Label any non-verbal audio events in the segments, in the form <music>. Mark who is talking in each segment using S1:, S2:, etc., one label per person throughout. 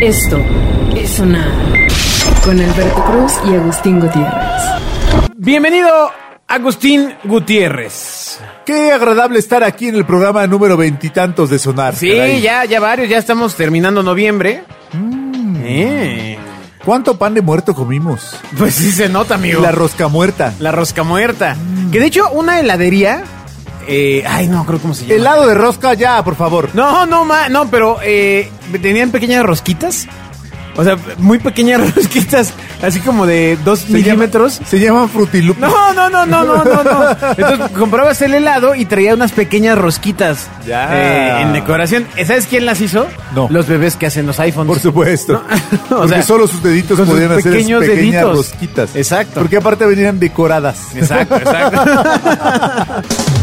S1: Esto es sonar con Alberto Cruz y Agustín Gutiérrez.
S2: Bienvenido, Agustín Gutiérrez.
S3: Qué agradable estar aquí en el programa número veintitantos de Sonar.
S2: Sí,
S3: caray.
S2: ya, ya varios, ya estamos terminando noviembre.
S3: Mm.
S2: Eh,
S3: ¿Cuánto pan de muerto comimos?
S2: Pues sí se nota,
S3: Y
S2: amigo.
S3: la rosca muerta.
S2: La rosca muerta. Que de hecho, una heladería. eh, ay, no, creo cómo se llama.
S3: Helado de rosca ya, por favor.
S2: No, no, ma- no, pero eh, tenían pequeñas rosquitas. O sea, muy pequeñas <laughs> rosquitas, así como de dos
S3: Se llama-
S2: milímetros.
S3: se llaman frutilupis.
S2: No, no, no, no, no, no, no. Entonces comprabas el helado y traía unas pequeñas rosquitas
S3: Ya.
S2: eh, en decoración. ¿Sabes quién las hizo?
S3: No.
S2: Los bebés que hacen los iPhones.
S3: Por supuesto.
S2: No, <laughs> o
S3: Porque
S2: sea,
S3: solo sus deditos
S2: con sus
S3: podían hacer esas
S2: pequeños
S3: pequeñas
S2: deditos.
S3: rosquitas.
S2: Exacto.
S3: Porque aparte venían decoradas.
S2: Exacto,
S3: <laughs>
S2: exacto.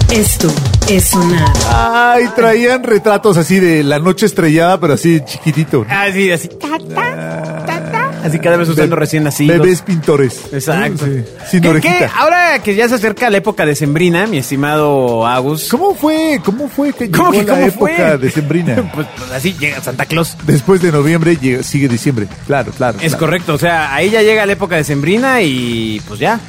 S1: Esto es sonar
S3: Ay, traían retratos así de la noche estrellada, pero así chiquitito. ¿no?
S2: así, así. ta, ta, ta, ta. Ah. Así cada vez usando
S3: Be-
S2: recién nacidos.
S3: Bebés pintores.
S2: Exacto.
S3: Sí, Sin
S2: ¿Qué-
S3: orejita.
S2: qué? Ahora que ya se acerca la época decembrina, mi estimado Agus.
S3: ¿Cómo fue? ¿Cómo fue que
S2: ¿Cómo
S3: llegó la época decembrina?
S2: <laughs> pues, pues así llega Santa Claus.
S3: Después de noviembre llega- sigue diciembre. Claro, claro.
S2: Es
S3: claro.
S2: correcto, o sea, ahí ya llega la época decembrina y pues ya.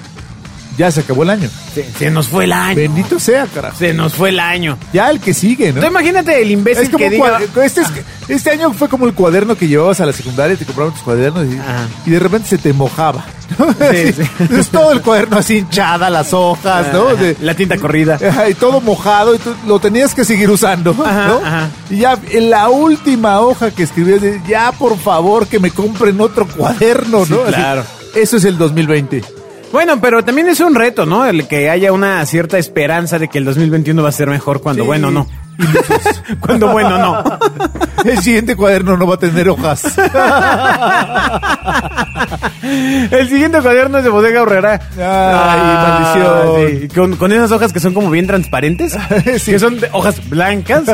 S3: Ya se acabó el año.
S2: Se, se nos fue el año.
S3: Bendito sea, carajo.
S2: Se nos fue el año.
S3: Ya el que sigue, ¿no?
S2: Tú imagínate el imbécil
S3: Es como
S2: que diga.
S3: cua- este, es- este año fue como el cuaderno que llevabas a la secundaria, te compraban tus cuadernos y,
S2: Ajá.
S3: y de repente se te mojaba. ¿no?
S2: Sí,
S3: <laughs> Así,
S2: sí.
S3: Es todo el cuaderno así hinchada, las hojas, ¿no?
S2: Ajá,
S3: De-
S2: la tinta corrida.
S3: Ajá, y todo mojado y tú lo tenías que seguir usando,
S2: Ajá,
S3: ¿no?
S2: ajá.
S3: Y ya en la última hoja que escribías, de, ya por favor que me compren otro cuaderno,
S2: Sí,
S3: ¿no? Así,
S2: claro.
S3: eso es el
S2: <laughs>
S3: 2020.
S2: Bueno, pero también es un reto, ¿no? El que haya una cierta esperanza de que el 2021 va a ser mejor cuando
S3: Sí.
S2: bueno no. <laughs> cuando bueno no.
S3: El siguiente cuaderno no va a tener
S2: <laughs>
S3: hojas.
S2: el siguiente cuaderno es de Bodega Horrera. Ay,
S3: maldición.
S2: sí. Con, con esas hojas que son como bien transparentes.
S3: <laughs> Sí.
S2: Que son de hojas
S3: <laughs>
S2: blancas,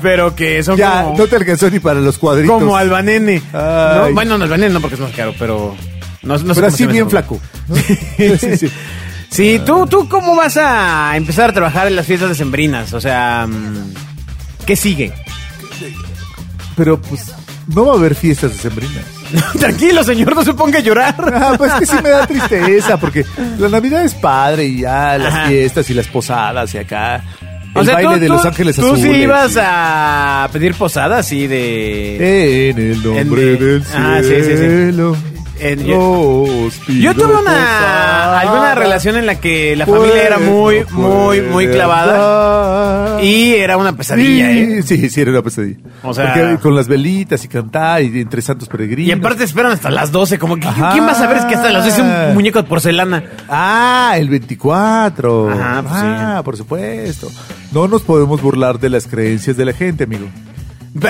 S2: pero que son
S3: ya,
S2: como...
S3: no te alcanzó ni para los cuadritos.
S2: Como Albanene.
S3: Ay.
S2: No, bueno, no, Albanene no porque es más caro, pero. No, no sé cómo
S3: Pero
S2: se
S3: así
S2: llama
S3: bien
S2: ese
S3: flaco. ¿no? <laughs>
S2: nombre.
S3: Sí, sí.
S2: Sí, ¿tú, tú cómo vas a empezar a trabajar en las fiestas decembrinas? O sea, mm, ¿qué sigue? <laughs>
S3: Pero pues no va a haber fiestas decembrinas.
S2: Tranquilo, señor, no se ponga a llorar.
S3: Ah, pues es que sí me da tristeza porque la Navidad es padre y ya las
S2: Ajá.
S3: fiestas y las posadas y acá el
S2: o sea,
S3: baile de Los Ángeles
S2: tú
S3: Azules.
S2: sí ibas a pedir posadas así
S3: Eh,
S2: de.
S3: En el nombre
S2: En de-
S3: del
S2: Ah, sí, sí, sí.
S3: cielo.
S2: En-
S3: los pido
S2: Yo tuve una
S3: posada.
S2: alguna relación en la que la familia era muy,
S3: Pues no
S2: muy, muy
S3: puede
S2: clavada.
S3: andar.
S2: Y era una pesadilla,
S3: sí,
S2: ¿eh?
S3: Sí, sí, era una pesadilla.
S2: O sea-
S3: Porque con las velitas y cantar y entre santos peregrinos.
S2: Y aparte esperan hasta las 12, como que
S3: Ajá.
S2: ¿quién va a saber es que hasta las 12 es un muñeco de porcelana?
S3: Ah, el 24.
S2: Ajá, pues
S3: ah, por supuesto. No nos podemos burlar de las creencias de la gente, amigo.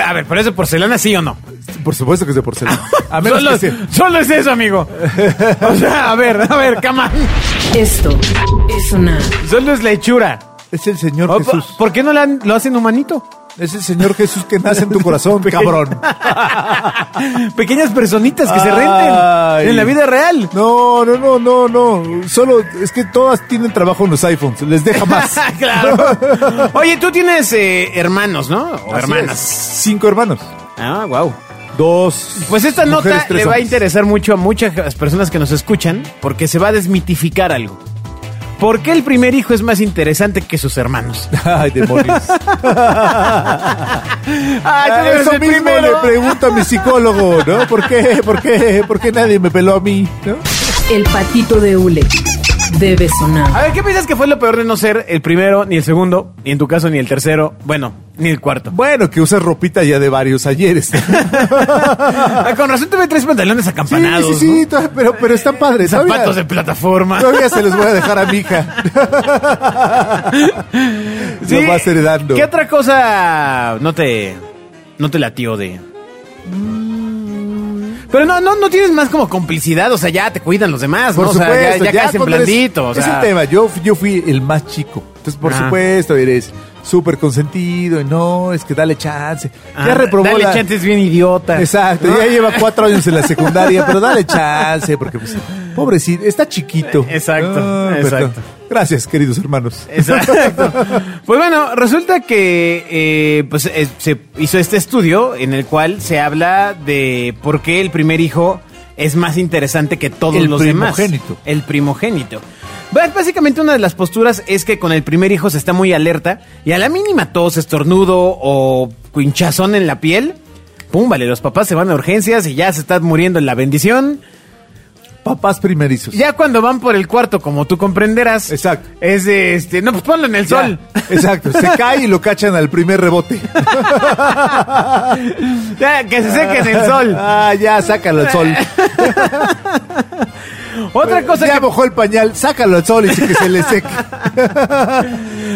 S2: A ver, ¿pero es de porcelana sí o no?
S3: Por supuesto que es de porcelana.
S2: Ah,
S3: A menos
S2: Solo,
S3: que sea-
S2: solo es eso, amigo.
S3: <laughs>
S2: O sea, a ver, a ver, cama.
S1: Esto es sonar
S2: Solo es la hechura.
S3: Es el Señor
S2: O,
S3: Jesús.
S2: Oh, ¿por, por qué no la- lo hacen humanito?
S3: <laughs> Es el Señor Jesús que nace en
S2: <laughs>
S3: tu corazón, cabrón.
S2: Pequeñas personitas que se
S3: Ay.
S2: renten en la
S3: <laughs>
S2: vida real.
S3: No, no, no, no, no. Solo es que todas tienen trabajo en los iPhones. Les deja más.
S2: claro. Oye, tú tienes eh, hermanos, ¿no? <laughs> O
S3: Así es.
S2: hermanas.
S3: Cinco hermanos.
S2: Ah, wow.
S3: Dos.
S2: Pues esta nota
S3: mujeres, tres
S2: le va a
S3: hombres.
S2: interesar mucho a muchas personas que nos escuchan porque se va a desmitificar algo. ¿Por qué el primer hijo es más interesante que sus hermanos?
S3: Ay, demonios.
S2: Ay, tú
S3: <laughs> Ah,
S2: eres
S3: eso
S2: el
S3: mismo
S2: primero.
S3: le pregunto a mi psicólogo, ¿no? ¿Por qué? ¿Por qué? ¿Por qué nadie me peló a mí? ¿No?
S1: El patito de hule debe
S2: A
S1: sonar.
S2: ver, ¿qué piensas que fue lo peor de no ser el primero, ni el segundo, ni en tu caso, ni el tercero, bueno, ni el
S3: <laughs>
S2: cuarto?
S3: Bueno, que usas ropita ya de
S2: <laughs>
S3: varios ayeres.
S2: Ah, Con razón tuve tres pantalones acampanados.
S3: sí, sí, sí, to- pero, pero están padres.
S2: ¿no? Zapatos de
S3: todavía,
S2: plataforma.
S3: todavía se los voy a dejar a
S2: <laughs>
S3: mi hija.
S2: Sí.
S3: Lo vas heredando.
S2: ¿Qué otra cosa no te, no te latió de...? Pero no, no, no tienes más como complicidad, o sea, ya te cuidan los demás,
S3: Por
S2: ¿no? O sea,
S3: supuesto,
S2: ya, ya, caes en
S3: cuando eres-
S2: blandito, o sea.
S3: Es el tema, yo, yo fui el más chico. Entonces, por
S2: Ajá.
S3: supuesto, eres súper consentido. y No, es que dale chance.
S2: Ah,
S3: ya reprobó
S2: dale
S3: la-
S2: chance, es bien idiota.
S3: Exacto,
S2: ¿no?
S3: ya lleva cuatro años en la secundaria, pero dale chance, porque pues, pobrecito, está chiquito.
S2: Exacto,
S3: No,
S2: exacto. Eh.
S3: perdón. Gracias, queridos hermanos.
S2: Exacto. Pues bueno, resulta que eh, pues, eh, se hizo este estudio en el cual se habla de por qué el primer hijo es más interesante que todos
S3: El
S2: los
S3: primogénito.
S2: demás. El primogénito. Bas- Básicamente una de las posturas es que con el primer hijo se está muy alerta y a la mínima tos, estornudo o hinchazón en la piel, pum, vale, los papás se van a urgencias y ya se están muriendo en la bendición.
S3: Papás primerizos.
S2: Ya cuando van por el cuarto, como tú comprenderás.
S3: Exacto.
S2: Es de este. No, pues ponlo en el
S3: Ya,
S2: sol.
S3: Exacto. Se cae y lo cachan al primer rebote.
S2: Ya, que se seque en el sol.
S3: Ah, ya, sácalo al sol.
S2: Otra cosa
S3: ya
S2: que.
S3: mojó el pañal, sácalo al sol y sí que se
S2: <laughs>
S3: le seque.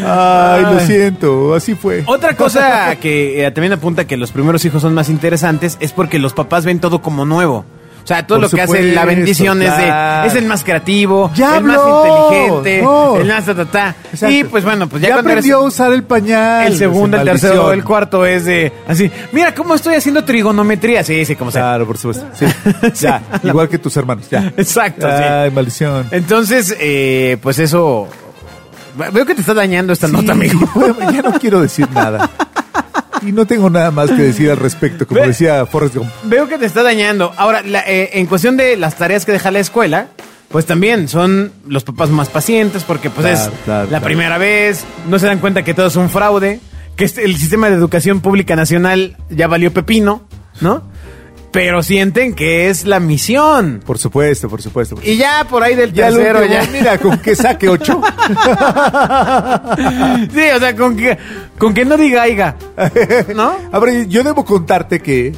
S3: Ay, lo siento, así fue.
S2: Otra cosa que eh, también apunta que los primeros hijos son más interesantes es porque los papás ven todo como nuevo. O sea, todo
S3: Por
S2: lo que hace la
S3: supuesto,
S2: bendición
S3: claro.
S2: es de. Es el más creativo,
S3: ¡Ya
S2: el más
S3: habló!
S2: inteligente,
S3: No.
S2: el más ta, ta, ta.
S3: Exacto.
S2: Y pues bueno, pues ya, cuando eres
S3: aprendió a usar el pañal.
S2: el segundo, el tercero,
S3: Maldición.
S2: el cuarto es de. Así, mira cómo estoy haciendo trigonometría. Sí, sí, como sea.
S3: Claro, por supuesto.
S2: <laughs>
S3: Sí, ya, igual que tus hermanos, ya.
S2: Exacto, sí.
S3: Ay, maldición.
S2: Entonces, eh, pues eso. Veo que te está dañando esta
S3: Sí,
S2: nota, amigo.
S3: <laughs> bueno, ya no quiero decir nada. Y no tengo nada más que decir al respecto, como
S2: Ve-
S3: decía Forrest Gump.
S2: Veo que te está dañando. Ahora, la- eh, en cuestión de las tareas que deja la escuela, pues también son los papás más pacientes porque pues
S3: Claro,
S2: es
S3: claro,
S2: la
S3: claro.
S2: primera vez, no se dan cuenta que todo es un fraude, que este- el sistema de educación pública nacional ya valió pepino, ¿no? Pero sienten que es la misión.
S3: Por supuesto, por supuesto. por
S2: Y ya por ahí del
S3: Ya lo
S2: tercero,
S3: último,
S2: ya.
S3: Mira, con que saque ocho.
S2: <laughs> Sí, o sea, con que, con que no diga,
S3: <laughs>
S2: aiga, ¿no?
S3: A ver, yo debo contarte que,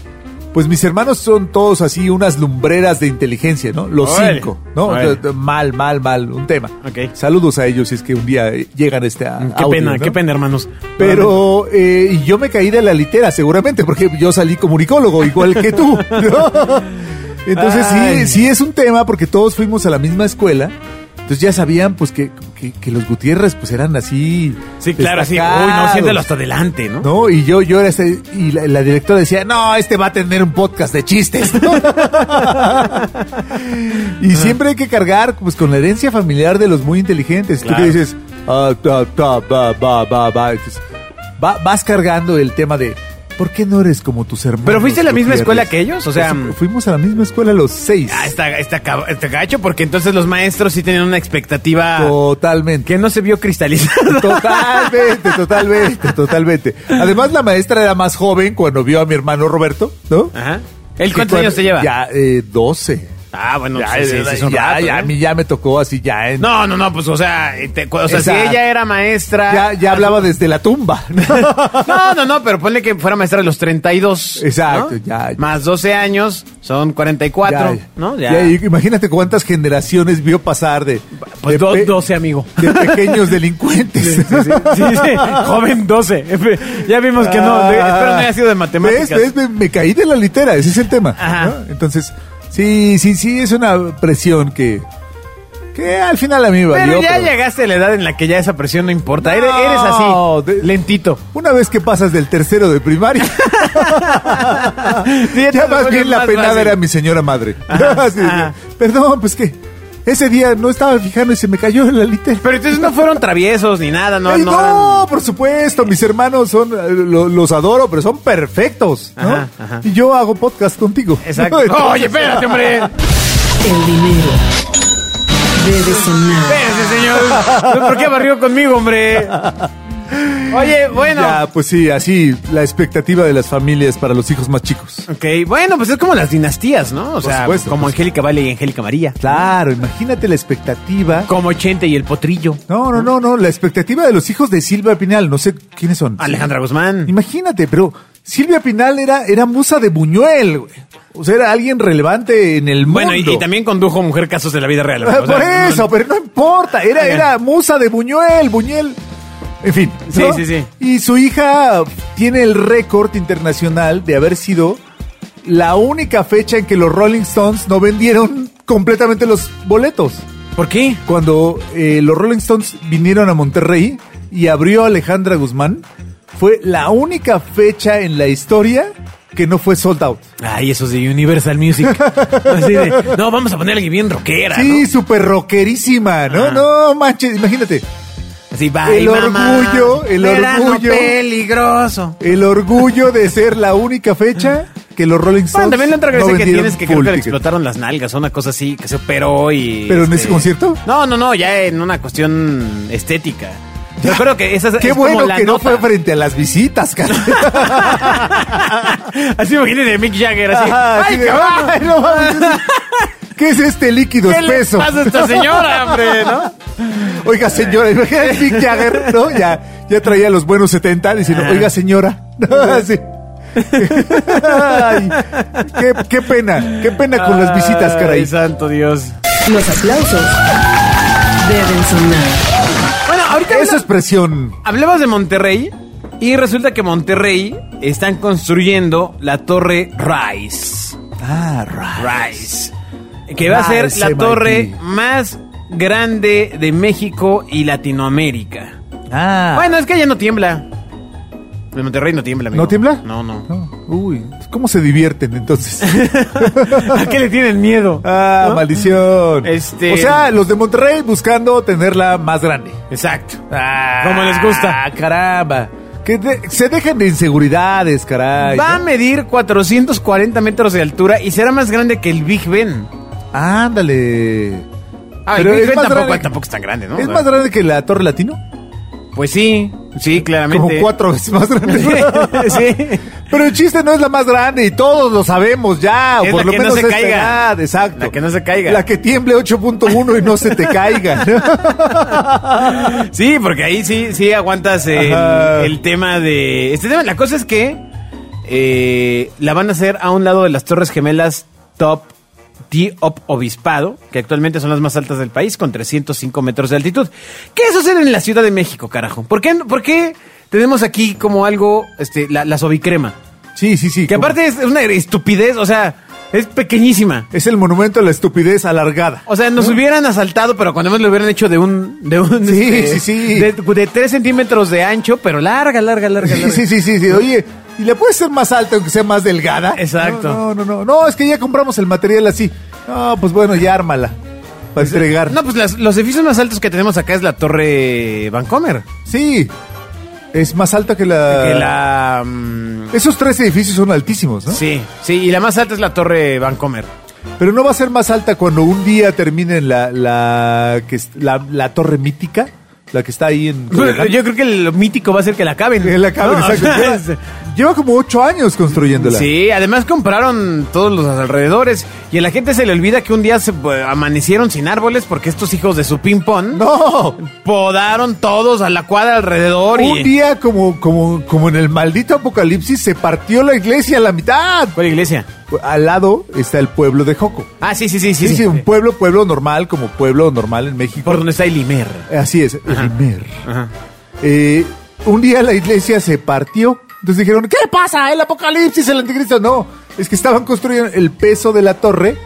S3: pues mis hermanos son todos así unas lumbreras de inteligencia, ¿no? Los
S2: Órale.
S3: cinco, ¿no?
S2: Órale.
S3: Yo- Mal, mal, mal, un tema.
S2: Ok.
S3: Saludos a ellos si es que un día eh, llegan a este
S2: Qué pena, qué pena, hermanos.
S3: Pero eh, y yo me caí de la litera, seguramente, porque yo salí comunicólogo, igual que tú. <laughs> ¿no? Entonces
S2: Ay.
S3: sí, sí es un tema, porque todos fuimos a la misma escuela. Entonces ya sabían, pues, que, que- que los Gutierrez, pues, eran así...
S2: Sí, claro, sí. Uy, no,
S3: destacados,
S2: siéntelo hasta adelante, ¿no?
S3: ¿no? Y yo, yo era ese- y la, la directora decía, no, este va a tener un podcast de chistes. <laughs> y siempre hay que cargar pues con la herencia familiar de los muy inteligentes. Tú
S2: Claro.
S3: que dices, "Ah, ta, ta, ba, ba, ba, ba", entonces, va- vas cargando el tema de ¿por qué no eres como tus hermanos?
S2: ¿Pero fuiste a la misma
S3: Gutiérrez?"
S2: escuela que ellos? O sea, mm.
S3: Pues, fuimos a la misma escuela los seis.
S2: Ah, está, está, cab- está gacho porque entonces los maestros sí tenían una expectativa
S3: Totalmente.
S2: que no se vio cristalizada.
S3: Totalmente, totalmente, totalmente. Además, la maestra era más joven cuando vio a mi hermano Roberto, ¿no?
S2: <laughs> Ajá. ¿Él
S3: Que
S2: cuántos
S3: cuando-
S2: años te lleva?
S3: Ya, eh, 12.
S2: Ah, bueno,
S3: ya,
S2: pues, sí, sí,
S3: ya,
S2: sí, es un
S3: ya,
S2: rato,
S3: ya,
S2: ¿eh?
S3: a mí ya me tocó así, ya. en-
S2: No, no, no, pues o sea, eh, te- cu- o sea si
S3: Exacto.
S2: ella era maestra...
S3: ya, ya hablaba desde la tumba.
S2: <laughs> No, no, no, pero ponle que fuera maestra de los 32.
S3: Exacto,
S2: ¿no?
S3: ya, ya.
S2: Más 12 años, son 44,
S3: Ya,
S2: ¿no? Ya.
S3: ya, y imagínate cuántas generaciones vio pasar de,
S2: pues
S3: de
S2: do-
S3: pe-
S2: 12, amigo.
S3: de
S2: <laughs>
S3: pequeños delincuentes.
S2: Sí, sí, sí, sí, joven 12. <laughs> Ya vimos que no, de- espero no haya sido de matemáticas.
S3: ¿Ves? ¿Ves? Me, me caí de la litera, ese es el tema.
S2: Ajá.
S3: ¿no? Entonces, sí, sí, sí, es una presión que, que al final a mí me
S2: Pero
S3: valió.
S2: ya
S3: pero
S2: llegaste a la edad en la que ya esa presión no importa. Eres,
S3: No,
S2: eres así,
S3: de-
S2: lentito.
S3: Una vez que pasas del tercero
S2: <laughs>
S3: de primaria,
S2: Sí, te
S3: <laughs> ya
S2: lo
S3: más
S2: ponen
S3: bien la
S2: más
S3: penada
S2: fácil.
S3: era mi señora madre.
S2: Ajá,
S3: <laughs>
S2: Ah.
S3: Así de,
S2: ajá.
S3: Perdón, pues que ese día no estaba fijando y se me cayó en la litera.
S2: Pero entonces no fueron traviesos ni nada, ¿no?
S3: Ey,
S2: no,
S3: no, por supuesto, mis hermanos son eh, lo- los adoro, pero son perfectos. ¿no?
S2: Ajá, ajá.
S3: Y yo hago podcast contigo. <laughs>
S2: Exacto.
S3: Entonces-
S2: Oye, espérate, hombre.
S1: El dinero debe sonar.
S2: Espérate, señor. Pues, ¿Por qué barrió conmigo, hombre? Oye, bueno.
S3: Ya, pues sí, así la expectativa de las familias para los hijos más chicos.
S2: Ok, bueno, pues es como las dinastías, ¿no? O
S3: Por
S2: sea,
S3: supuesto,
S2: como
S3: por
S2: Angélica Vale y Angélica María.
S3: Claro, imagínate la expectativa.
S2: Como Chente y el Potrillo.
S3: No, no, no, no, la expectativa de los hijos de Silvia Pinal, no sé quiénes son.
S2: Alejandra Guzmán.
S3: Imagínate, pero Silvia Pinal era, era musa de Buñuel, güey. O sea, era alguien relevante en el mundo. Ah,
S2: Bueno, y, y también condujo Mujer Casos de la Vida Real. ¿verdad? O sea,
S3: Por
S2: no-
S3: eso, pero no importa, era,
S2: Oigan.
S3: era musa de Buñuel, Buñuel. En fin.
S2: Sí,
S3: ¿no?
S2: sí, sí.
S3: Y su hija tiene el récord internacional de haber sido la única fecha en que los Rolling Stones no vendieron completamente los boletos.
S2: ¿Por qué?
S3: Cuando eh, los Rolling Stones vinieron a Monterrey y abrió Alejandra Guzmán, fue la única fecha en la historia que no fue sold out.
S2: Ay, esos de Universal Music.
S3: <laughs>
S2: Así de, no, vamos a poner alguien bien rockera,
S3: sí,
S2: Ah, ¿no?
S3: súper rockerísima, ¿no?
S2: Ah.
S3: No manches, imagínate.
S2: Así, bye,
S3: El
S2: mamá.
S3: orgullo, el
S2: Verano
S3: orgullo.
S2: peligroso.
S3: El orgullo de ser la única fecha que los Rolling Stones.
S2: Bueno, también la otra
S3: no
S2: gracia que
S3: vendieron
S2: tienes que creo
S3: full
S2: que le
S3: ticket.
S2: explotaron las nalgas o una cosa así, que se operó y... este,
S3: ¿Pero en ese concierto?
S2: No, no, no, ya en una cuestión estética.
S3: Ya.
S2: Yo creo que esa es,
S3: Qué
S2: es como
S3: bueno
S2: la
S3: que no
S2: nota.
S3: fue frente a las
S2: <laughs>
S3: visitas, cara.
S2: Así imagínate Mick Jagger, así.
S3: Ajá, así
S2: ¡Ay,
S3: de, "Ah,
S2: cabrón!
S3: "Ay, no mames, ¿Qué es este líquido
S2: ¿Qué le
S3: espeso?
S2: pasa a esta señora, hombre,
S3: <laughs>
S2: no? <laughs>
S3: Oiga, señora, imagínate Mick Jagger, ¿no? Ya, ya traía los buenos 70 diciendo,
S2: Ajá.
S3: oiga, señora. <laughs> ¿no? Así. Ay, qué, qué pena, qué pena con las visitas,
S2: Ay,
S3: caray.
S2: santo Dios.
S1: Los aplausos deben sonar.
S2: Bueno, ahorita...
S3: Eso es presión.
S2: Hablabas de Monterrey y resulta que Monterrey están construyendo la Torre Rice.
S3: Ah, right.
S2: Rice. Que va a ser
S3: Rice,
S2: la
S3: MIT.
S2: torre más grande de México y Latinoamérica.
S3: Ah.
S2: Bueno, es que ya no tiembla. En Monterrey no tiembla, amigo.
S3: ¿No tiembla?
S2: No, no.
S3: No. Uy, ¿cómo se
S2: <laughs>
S3: divierten entonces?
S2: ¿A qué le tienen miedo?
S3: Ah,
S2: ¿No?
S3: maldición.
S2: Este-
S3: O sea, los de Monterrey buscando tenerla más grande.
S2: Exacto.
S3: Ah,
S2: Como les gusta.
S3: caramba. Que de- se dejen de inseguridades, caray.
S2: Va a
S3: ¿no?
S2: medir 440 metros de altura y será más grande que el Big Ben.
S3: Ándale.
S2: Ah,
S3: Pero
S2: el Big
S3: es
S2: Ben
S3: más
S2: tampoco,
S3: grande-
S2: tampoco es tan grande, ¿no?
S3: ¿Es más grande que la Torre Latino?
S2: Pues sí, sí,
S3: Como
S2: claramente.
S3: cuatro veces más <laughs> grande.
S2: sí.
S3: Pero el chiste no es la más grande y todos lo sabemos ya. o
S2: Es
S3: por
S2: la
S3: lo
S2: que no
S3: menos
S2: se
S3: esta
S2: caiga.
S3: edad, exacto.
S2: La que no se caiga.
S3: La que tiemble 8.1 y no se te caiga.
S2: Sí, porque ahí sí, sí aguantas el,
S3: Ajá.
S2: el tema de. Este tema, la cosa es que eh, la van a hacer a un lado de las Torres Gemelas Top T-Op Obispado, que actualmente son las más altas del país, con 305 metros de altitud. ¿Qué sucede en la Ciudad de México, carajo? ¿Por qué, por qué tenemos aquí como algo este, la, la sobicrema?
S3: Sí, sí, sí.
S2: Que
S3: como-
S2: aparte es una estupidez, o sea, es pequeñísima.
S3: Es el monumento a la estupidez alargada.
S2: O sea, nos hubieran asaltado, pero cuando menos lo hubieran hecho de un... De un este,
S3: Sí, sí, sí.
S2: De, de 3 centímetros de ancho, pero larga, larga, larga, larga.
S3: Sí, sí, sí, sí, sí. Oye, ¿y le puede ser más alta aunque sea más delgada?
S2: Exacto.
S3: No, no, no. No, no, es que ya compramos el material así. No, pues bueno, ya ármala. Para entregar.
S2: No, pues las- los edificios más altos que tenemos acá es la Torre Vancomer.
S3: Sí. Es más alta que la...
S2: Que la... mm,
S3: Esos tres edificios son altísimos, Ah. ¿no?
S2: Sí, sí, y la más alta es la Torre Vancomer.
S3: Pero no va a ser más alta cuando un día terminen la, la, que, es- la, la torre mítica, la que está ahí en... Coyoacán.
S2: <laughs> Yo creo que lo mítico va a ser que la acaben.
S3: Que la acaben,
S2: No,
S3: exacto.
S2: o <laughs> sea,
S3: Lleva, lleva como ocho años construyéndola.
S2: Sí, además compraron todos los alrededores y a la gente se le olvida que un día se eh, amanecieron sin árboles porque estos hijos de su ping-pong...
S3: No.
S2: podaron todos a la cuadra alrededor
S3: Un
S2: y...
S3: día, como, como, como en el maldito apocalipsis, se partió la iglesia a la mitad.
S2: ¿Cuál iglesia?
S3: Al lado está el pueblo de Joco.
S2: Ah, sí, sí, sí, sí.
S3: Sí, sí,
S2: sí.
S3: un pueblo, pueblo normal, como pueblo normal en México.
S2: Por donde está el Imer.
S3: Así es, el Imer.
S2: Ajá.
S3: Eh, un día la iglesia se partió. Entonces dijeron, ¿qué pasa? ¿El apocalipsis? ¿El anticristo? No, es que estaban construyendo el peso de la torre.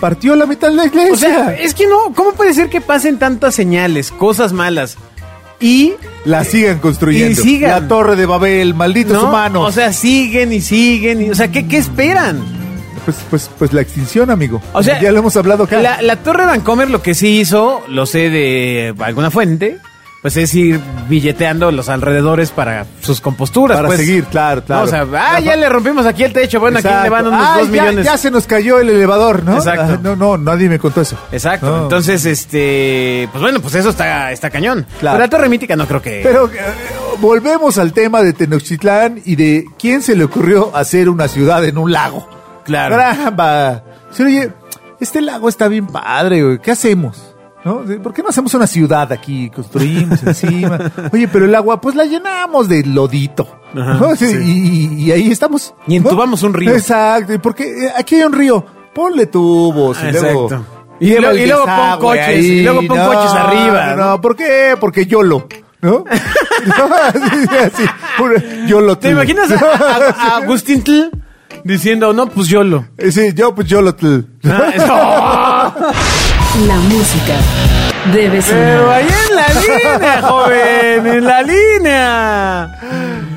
S3: Partió la mitad de la iglesia.
S2: O sea, es que no, ¿cómo puede ser que pasen tantas señales, cosas malas? Y...
S3: la sigan construyendo.
S2: eh, Y sigan.
S3: La torre de Babel, malditos
S2: ¿no?
S3: humanos.
S2: O sea, siguen y siguen. y- o sea, ¿qué, qué esperan?
S3: Pues, pues, pues la extinción, amigo.
S2: O sea,
S3: ya lo hemos hablado acá.
S2: La, la Torre Vancomer lo que sí hizo, lo sé de alguna fuente, pues es ir billeteando los alrededores para sus composturas.
S3: Para
S2: pues.
S3: seguir, claro, claro.
S2: No, o sea, ah,
S3: La
S2: ya
S3: fa-
S2: le rompimos aquí el techo, bueno, aquí le van unos
S3: Ay,
S2: dos
S3: ya,
S2: millones.
S3: Ya se nos cayó el elevador, ¿no?
S2: Exacto.
S3: Ah, no, no, nadie me contó eso.
S2: Exacto.
S3: No.
S2: Entonces, este, pues bueno, pues eso está, está cañón.
S3: Claro.
S2: Pero la torre mítica no creo que.
S3: Pero eh, volvemos al tema de Tenochtitlán y de quién se le ocurrió hacer una ciudad en un lago.
S2: Claro.
S3: Caramba. Sí, oye, este lago está bien padre, güey. ¿Qué hacemos? ¿No? De- ¿Por qué no hacemos una ciudad aquí?
S2: <laughs>
S3: Construimos encima. Oye, pero el agua, pues la llenamos de lodito.
S2: Ajá,
S3: ¿no? Sí,
S2: sí.
S3: y, y- y ahí estamos.
S2: Y entubamos
S3: ¿no?
S2: un río.
S3: Exacto. Porque eh, aquí hay un río. Ponle tubos.
S2: Ah,
S3: y luego,
S2: exacto. Y
S3: lleva
S2: luego-
S3: el
S2: y luego pon
S3: desagüe
S2: coches, y luego pon coches arriba,
S3: no,
S2: ¿no?
S3: no, ¿Por qué? Porque yo lo, ¿no? <laughs> yo lo
S2: ¿Te imaginas a, a-
S3: <laughs>
S2: a Agustín Tl diciendo, no, pues yo lo.
S3: Sí, yo pues yo lo
S2: Ah,
S1: La música debe
S2: Pero
S1: sonar.
S2: ahí en la línea, joven, en la línea.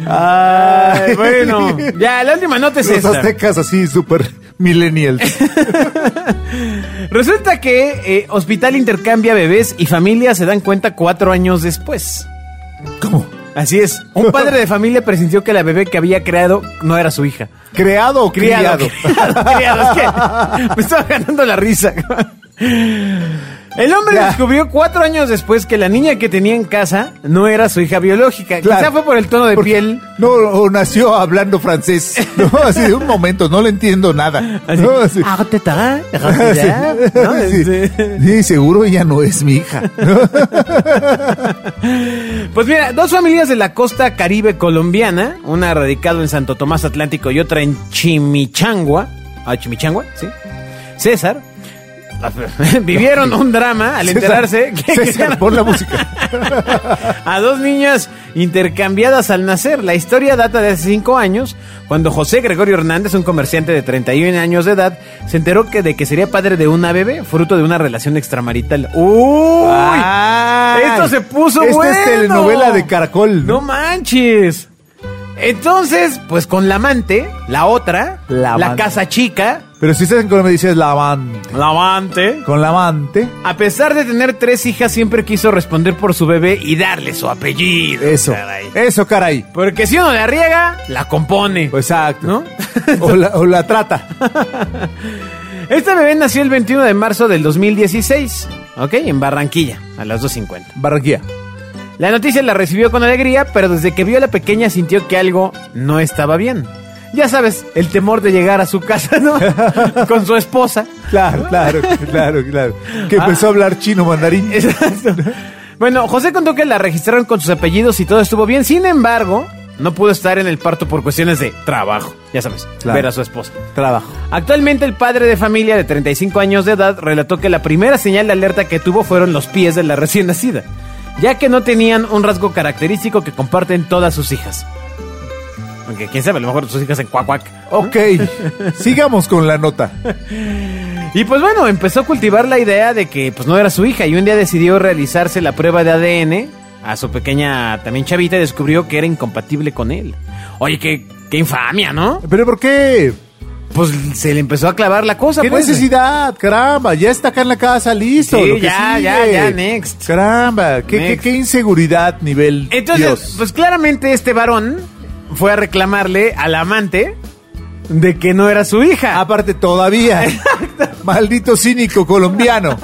S2: Ay, bueno. Ya, la última nota es
S3: Los
S2: esta.
S3: aztecas así, súper
S2: <laughs>
S3: millennials.
S2: Resulta que eh, hospital intercambia bebés y familia se dan cuenta cuatro años después.
S3: ¿Cómo?
S2: Así es. Un padre de familia presintió que la bebé que había creado no era su hija.
S3: ¿Creado o criado?
S2: Criado. Criado, criado. Es que me estaba ganando la risa. El hombre
S3: Ya.
S2: descubrió cuatro años después que la niña que tenía en casa no era su hija biológica.
S3: Claro.
S2: Quizá fue por el tono <laughs> de
S3: Porque
S2: piel.
S3: No, o nació hablando francés.
S2: <laughs>
S3: No, así de un momento, no le entiendo nada.
S2: Así,
S3: No, así.
S2: "Ah, te está,
S3: <laughs> Ah, sí.
S2: ya", ¿no?
S3: <laughs> Sí.
S2: Este,
S3: Sí, seguro ella no es mi hija. ¿no?
S2: Pues mira, dos familias de la costa caribe colombiana, una radicada en Santo Tomás Atlántico y otra en Chimichangua, ah, Chimichangua, sí, César, <laughs> vivieron un drama <laughs> al
S3: César,
S2: enterarse que- que
S3: <laughs> César, pon la música.
S2: <laughs> a dos niñas intercambiadas al nacer. La historia data de hace cinco años, cuando José Gregorio Hernández, un comerciante de 31 años de edad, se enteró que, de que sería padre de una bebé, fruto de una relación extramarital. ¡Uy! Esto se puso
S3: Esta
S2: bueno.
S3: es telenovela de caracol.
S2: No manches. Entonces, pues con la amante, la otra, la,
S3: La amante.
S2: casa chica,
S3: Pero si estás en Colombia dices la amante.
S2: la amante,
S3: Con la amante.
S2: a pesar de tener tres hijas, siempre quiso responder por su bebé y darle su apellido.
S3: Eso.
S2: caray.
S3: Eso, caray.
S2: Porque si uno la riega, la compone.
S3: Exacto.
S2: ¿No?
S3: <laughs> O la, o la trata.
S2: Esta Este bebé nació el 21 de marzo del 2016, ¿ok? En Barranquilla, a las 2.50.
S3: Barranquilla.
S2: La noticia la recibió con alegría, pero desde que vio a la pequeña sintió que algo no estaba bien. Ya sabes, el temor de llegar a su casa, ¿no? Con su esposa.
S3: Claro, claro, claro, claro. Que
S2: Ah.
S3: empezó a hablar
S2: <laughs>
S3: chino mandarín.
S2: Exacto. Bueno, José contó que la registraron con sus apellidos y todo estuvo bien. Sin embargo, no pudo estar en el parto por cuestiones de trabajo. Ya sabes,
S3: Claro.
S2: ver a su esposa.
S3: Trabajo.
S2: Actualmente el padre de familia de 35 años de edad relató que la primera señal de alerta que tuvo fueron los pies de la recién nacida, ya que no tenían un rasgo característico que comparten todas sus hijas. Aunque quién sabe, a lo mejor sus hijas en cuac cuac. <laughs>
S3: Ok, sigamos con la nota.
S2: Y pues bueno, empezó a cultivar la idea de que pues no era su hija y un día decidió realizarse la prueba de ADN a su pequeña también chavita y descubrió que era incompatible con él. Oye, qué, qué infamia, ¿no?
S3: ¿Pero por qué?
S2: Pues se le empezó a clavar la cosa.
S3: ¿Qué
S2: pues.
S3: necesidad? Caramba, ya está acá en la casa, listo.
S2: Sí,
S3: lo que
S2: ya,
S3: sigue.
S2: ya, ya, next.
S3: Caramba, qué, qué-
S2: Next.
S3: qué inseguridad nivel
S2: Entonces,
S3: Dios.
S2: pues claramente este varón fue a reclamarle al amante de que no era su hija.
S3: Aparte todavía,
S2: <laughs>
S3: maldito cínico colombiano.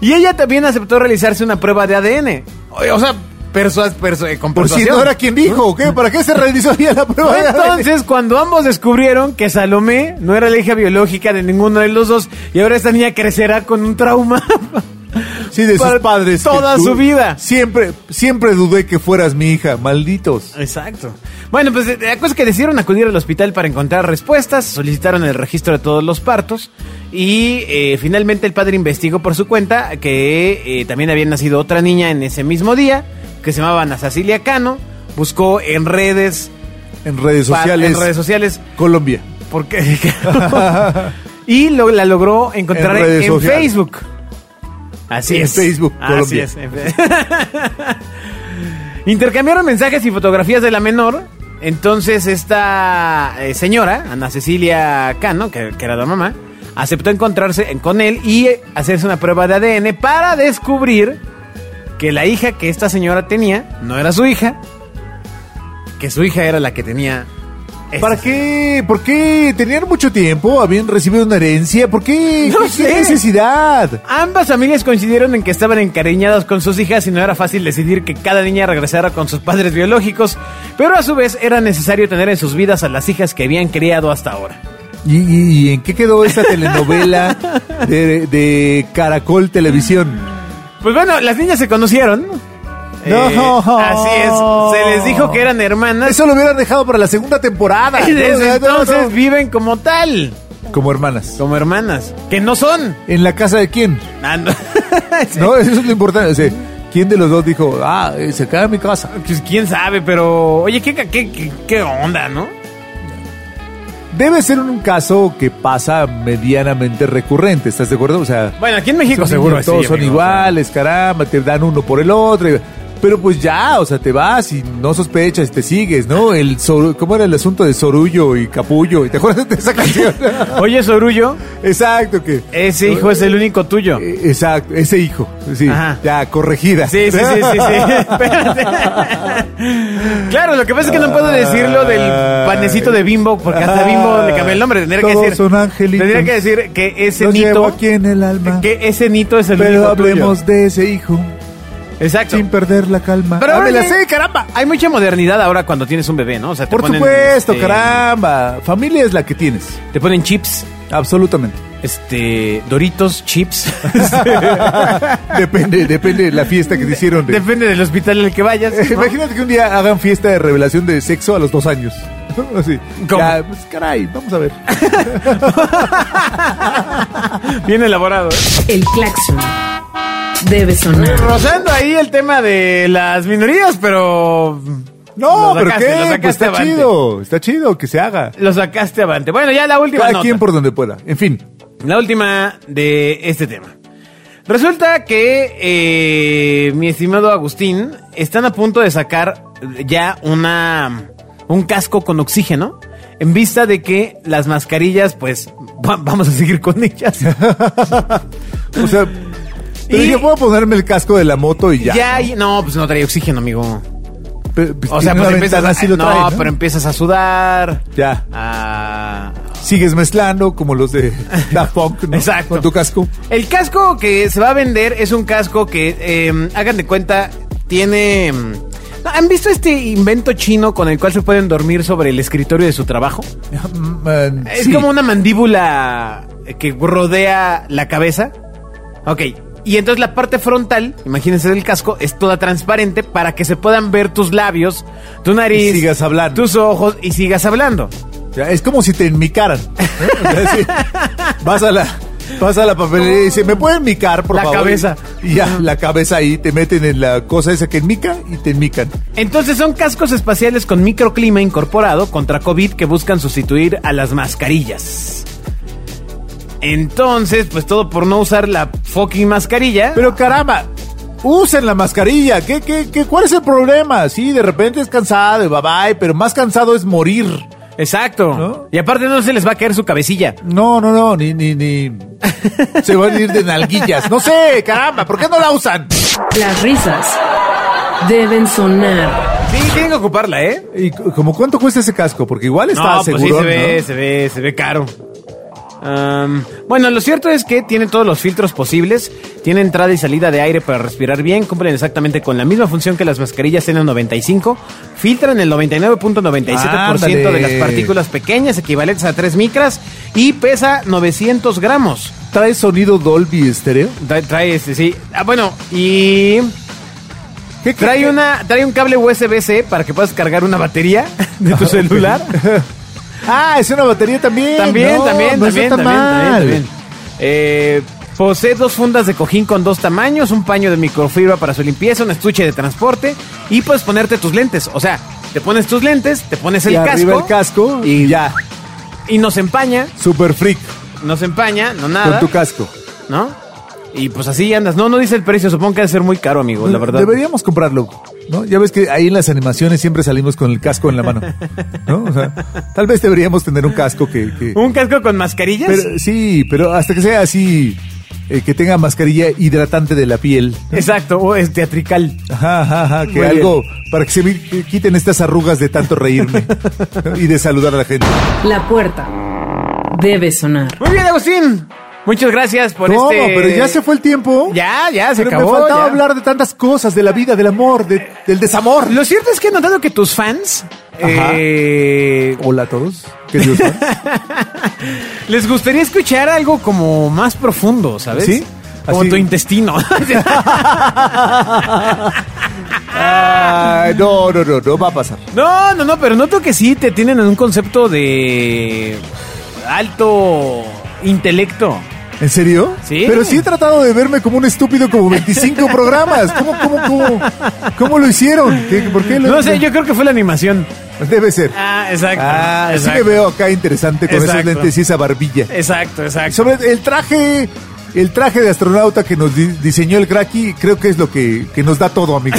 S2: Y ella también aceptó realizarse una prueba de ADN.
S3: <laughs>
S2: O o sea, persuas, persu- eh, con
S3: Por si
S2: persuasión.
S3: no era quien dijo, ¿o ¿qué? ¿Para qué se realizó ya la <laughs> prueba? de ADN?
S2: Entonces, cuando ambos descubrieron que Salomé no era la hija biológica de ninguno de los dos, y ahora esta niña crecerá con un trauma. <laughs>
S3: <laughs> sí, de sus
S2: para
S3: padres. que
S2: toda
S3: tú-
S2: su vida.
S3: Siempre, siempre dudé que fueras mi hija, malditos.
S2: Exacto. Bueno, pues eh, la cosa es que decidieron acudir al hospital para encontrar respuestas, solicitaron el registro de todos los partos y eh, finalmente el padre investigó por su cuenta que eh, también había nacido otra niña en ese mismo día que se llamaba Ana Cecilia Cano, buscó en redes,
S3: En redes
S2: pa-
S3: sociales.
S2: en redes sociales,
S3: Colombia.
S2: porque <laughs> y lo- la logró encontrar
S3: En
S2: en,
S3: redes
S2: en
S3: sociales.
S2: Facebook. Así
S3: En
S2: es.
S3: Facebook, Colombia.
S2: es, en fe- <laughs> Intercambiaron mensajes y fotografías de la menor. Entonces esta eh, señora, Ana Cecilia Cano, que, que era la mamá, aceptó encontrarse en- con él y eh, hacerse una prueba de ADN para descubrir que la hija que esta señora tenía no era su hija, que su hija era la que tenía... esta
S3: ¿Para qué? ¿Por qué? ¿Tenían mucho tiempo? ¿Habían recibido una herencia? ¿Por qué?
S2: <laughs> No
S3: ¿Qué-
S2: sé.
S3: ¿Qué necesidad?
S2: Ambas familias coincidieron en que estaban encariñadas con sus hijas y no era fácil decidir que cada niña regresara con sus padres biológicos, pero a su vez era necesario tener en sus vidas a las hijas que habían criado hasta ahora.
S3: ¿Y, y- y en qué quedó
S2: <laughs>
S3: esa telenovela de, de Caracol Televisión?
S2: Pues bueno, las niñas se conocieron. Eh,
S3: No.
S2: así es, se les dijo que eran hermanas
S3: Eso lo hubieran dejado para la segunda temporada.
S2: <laughs> y desde
S3: No, no, no,
S2: entonces
S3: no.
S2: viven como tal,
S3: Como hermanas.
S2: como hermanas, que no son.
S3: ¿En la casa de quién?
S2: Ah, no. <laughs>
S3: No, eso es lo importante. o sea, ¿Quién de los dos dijo, ah, eh, se cae en mi casa?
S2: Pues quién sabe, pero oye, ¿qué, qué, qué, qué onda, ¿no?
S3: Debe ser un caso que pasa medianamente recurrente, ¿estás de acuerdo? O sea,
S2: Bueno, aquí en México
S3: Son
S2: seguro
S3: niños,
S2: así,
S3: Todos son
S2: amigo.
S3: iguales, caramba, te dan uno por el otro. y- Pero pues ya, o sea, te vas y no sospechas, te sigues, ¿no? El soru- ¿Cómo era el asunto de Sorullo y Capullo? ¿Y ¿Te acuerdas de esa canción?
S2: <laughs> Oye, Sorullo,
S3: exacto, que...
S2: ese hijo es el único tuyo.
S3: Eh, Exacto, ese hijo, sí,
S2: Ajá.
S3: ya corregida.
S2: Sí, sí, sí, sí,
S3: <laughs>
S2: sí. Espérate. claro, lo que pasa es que no puedo decirlo del panecito de Bimbo, porque hasta
S3: Ah.
S2: Bimbo le cambié el nombre. Tendría que
S3: Todos
S2: decir.
S3: son angelitos.
S2: Tendría que decir que ese
S3: Lo llevo
S2: nito.
S3: aquí en el alma.
S2: Que ese nito es el
S3: Pero
S2: único
S3: hablemos
S2: tuyo.
S3: de ese hijo
S2: Exacto.
S3: sin perder la calma.
S2: Pero
S3: Ah,
S2: ahora
S3: me la
S2: sí.
S3: sé, caramba!
S2: Hay mucha modernidad ahora cuando tienes un bebé, ¿no? O sea, te
S3: Por
S2: ponen,
S3: supuesto,
S2: este,
S3: caramba. Familia es la que tienes.
S2: Te ponen chips, <laughs>
S3: Absolutamente.
S2: este, Doritos,
S3: <laughs>
S2: chips.
S3: depende, depende de la fiesta que te hicieron. de-
S2: Depende del hospital al que vayas.
S3: Eh,
S2: ¿no?
S3: <laughs> Imagínate que un día hagan fiesta de revelación de sexo a los dos años. Así.
S2: ¿Cómo?
S3: Ya, pues caray, vamos a ver.
S2: <laughs> Bien elaborado. ¿eh?
S1: El claxon debe sonar.
S2: Rozando ahí el tema de las minorías, pero. <laughs>
S3: No,
S2: Lo
S3: pero
S2: sacaste, lo
S3: qué,
S2: sacaste
S3: pues está
S2: avante.
S3: chido, está chido que se haga.
S2: Lo sacaste avante. Bueno, ya la última.
S3: Cada
S2: nota.
S3: quien por donde pueda. En fin.
S2: La última de este tema. Resulta que eh, mi estimado Agustín están a punto de sacar ya una un casco con oxígeno en vista de que las mascarillas, pues va- vamos a seguir con ellas.
S3: O sea, pero
S2: <laughs> Y-
S3: yo puedo ponerme el casco de la moto y <laughs> ya.
S2: Ya, hay- no, pues no trae oxígeno, amigo.
S3: Pe- pues
S2: O sea,
S3: tiene
S2: pues
S3: una
S2: empiezas
S3: ventana,
S2: a,
S3: sí lo trae,
S2: no, pero empiezas a sudar.
S3: Ya.
S2: a-
S3: Sigues mezclando como los de
S2: <laughs>
S3: Daft Punk, ¿no?
S2: Exacto.
S3: Con tu casco.
S2: El casco que se va a vender es un casco que, eh, hagan de cuenta, tiene... mm, ¿Han visto este invento chino con el cual se pueden dormir sobre el escritorio de su trabajo?
S3: Mm, eh,
S2: Es
S3: sí.
S2: como una mandíbula que rodea la cabeza. Ok. Y entonces la parte frontal, imagínense del casco, es toda transparente para que se puedan ver tus labios, tu nariz,
S3: Y sigas hablando.
S2: tus ojos y sigas hablando.
S3: O sea, es como si te enmicaran. ¿no? O sea,
S2: <laughs>
S3: sí. Vas a la. Vas a la papelería y dice, ¿me pueden micar, por
S2: La
S3: favor?
S2: cabeza.
S3: Y ya, la cabeza ahí, te meten en la cosa esa que enmica y te enmican.
S2: Entonces son cascos espaciales con microclima incorporado contra COVID que buscan sustituir a las mascarillas. Entonces, pues todo por no usar la fucking mascarilla.
S3: Pero caramba, usen la mascarilla. ¿Qué, qué, qué, ¿Cuál es el problema? Sí, de repente es cansado y bye bye, pero más cansado es morir.
S2: Exacto.
S3: ¿No?
S2: Y aparte no se les va a caer su cabecilla.
S3: No, no, no, ni, ni, ni. <laughs> Se van a ir de nalguillas. No sé, caramba, ¿por qué no la usan?
S1: Las risas deben sonar.
S2: Sí, tienen que ocuparla, ¿eh?
S3: ¿Y c- como cuánto cuesta ese casco? Porque <laughs> igual está
S2: no, pues sí
S3: seguro.
S2: se ve, se ve, se ve caro. Am, bueno, lo cierto es que tiene todos los filtros posibles, tiene entrada y salida de aire para respirar bien, cumplen exactamente con la misma función que las mascarillas N95, filtran el 99.97% de
S3: Ándale.
S2: las partículas pequeñas equivalentes a 3 micras y pesa 900 gramos.
S3: ¿Trae sonido Dolby estéreo?
S2: Trae, trae este, sí. Ah, bueno, y
S3: ¿Qué
S2: trae, una, trae un cable USB-C para que puedas cargar una batería <laughs> de tu celular.
S3: Ah, es una batería también.
S2: También,
S3: No,
S2: también,
S3: no
S2: también,
S3: está tan
S2: también,
S3: mal.
S2: también, también. Eh, posee dos fundas de cojín con dos tamaños, un paño de microfibra para su limpieza, un estuche de transporte y puedes ponerte tus lentes. O sea, te pones tus lentes, te pones el
S3: y
S2: casco,
S3: arriba el casco y ya,
S2: y nos empaña,
S3: super freak
S2: nos empaña, no
S3: con
S2: nada,
S3: tu casco.
S2: ¿no? Y pues así andas. No, no dice el precio, supongo que debe ser muy caro, amigo,
S3: Pues
S2: la verdad.
S3: Deberíamos comprarlo, ¿no? Ya ves que ahí en las animaciones siempre salimos con el casco en la mano, ¿no? O sea, tal vez deberíamos tener un casco que... que-
S2: ¿Un casco con mascarillas?
S3: pero- sí, pero hasta que sea así, eh, que tenga mascarilla hidratante de la piel.
S2: Exacto, o es teatrical.
S3: Ajá, ajá, ajá, que
S2: Muy
S3: algo para que se me quiten estas arrugas de tanto reírme ¿no? y de saludar a la gente.
S1: La puerta debe sonar.
S2: Muy bien, Agustín. Muchas gracias por
S3: ¿Cómo?
S2: este...
S3: Pero ya se fue el tiempo.
S2: Ya, ya, se
S3: Pero
S2: acabó.
S3: me faltaba
S2: ya.
S3: hablar de tantas cosas, de la vida, del amor, de- del desamor.
S2: Lo cierto es que he notado que tus fans
S3: Ajá.
S2: eh,
S3: Hola a todos, queridos fans.
S2: <laughs> les gustaría escuchar algo como más profundo, ¿sabes?
S3: Sí,
S2: Como
S3: así.
S2: tu intestino. <laughs>
S3: Ay, no, no, no, no va a pasar.
S2: no, no, no, pero noto que sí te tienen en un concepto de alto intelecto.
S3: ¿En serio?
S2: Sí.
S3: Pero sí he tratado de verme como un estúpido
S2: <laughs>
S3: como 25 programas. ¿Cómo, cómo, cómo? ¿Cómo lo hicieron? ¿Qué- ¿Por qué lo
S2: No sé, yo creo que fue la animación.
S3: Debe ser.
S2: Ah, exacto.
S3: Ah, sí
S2: exacto.
S3: me veo acá interesante con
S2: Exacto.
S3: esos lentes y esa barbilla.
S2: Exacto, exacto.
S3: Sobre el traje El traje de astronauta que nos di- diseñó el Kraki creo que es lo que, que nos da
S2: <laughs>
S3: todo, amigo.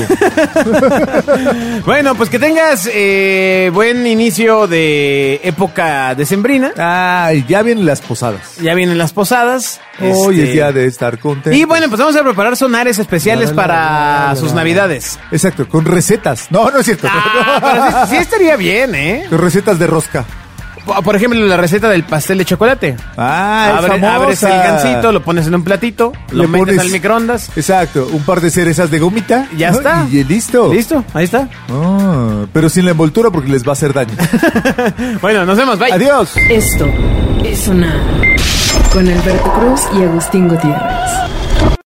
S2: Bueno, pues que tengas eh, buen inicio de época decembrina.
S3: Ay, ya vienen las posadas.
S2: Ya vienen las posadas.
S3: Hoy
S2: este,
S3: es día de estar contento.
S2: Y bueno, pues vamos a preparar sonares especiales para sus navidades.
S3: Exacto, con recetas. No, no es cierto.
S2: Ah, pero sí, sí estaría bien, ¿eh?
S3: Con recetas de rosca.
S2: Por por ejemplo, la receta del pastel de chocolate.
S3: Ah, es
S2: Abre-
S3: famosa.
S2: abres el gancito, lo pones en un platito, lo
S3: Le
S2: metes
S3: pones-
S2: al microondas.
S3: Exacto, un par de cerezas de gomita.
S2: Ya
S3: ¿no?
S2: está.
S3: Y listo.
S2: Listo, ahí está. <laughs>
S3: Ah, pero sin la envoltura porque les va a hacer daño.
S2: Bueno, nos vemos, bye.
S3: Adiós.
S1: Esto es sonar con Alberto Cruz y Agustín Gutiérrez.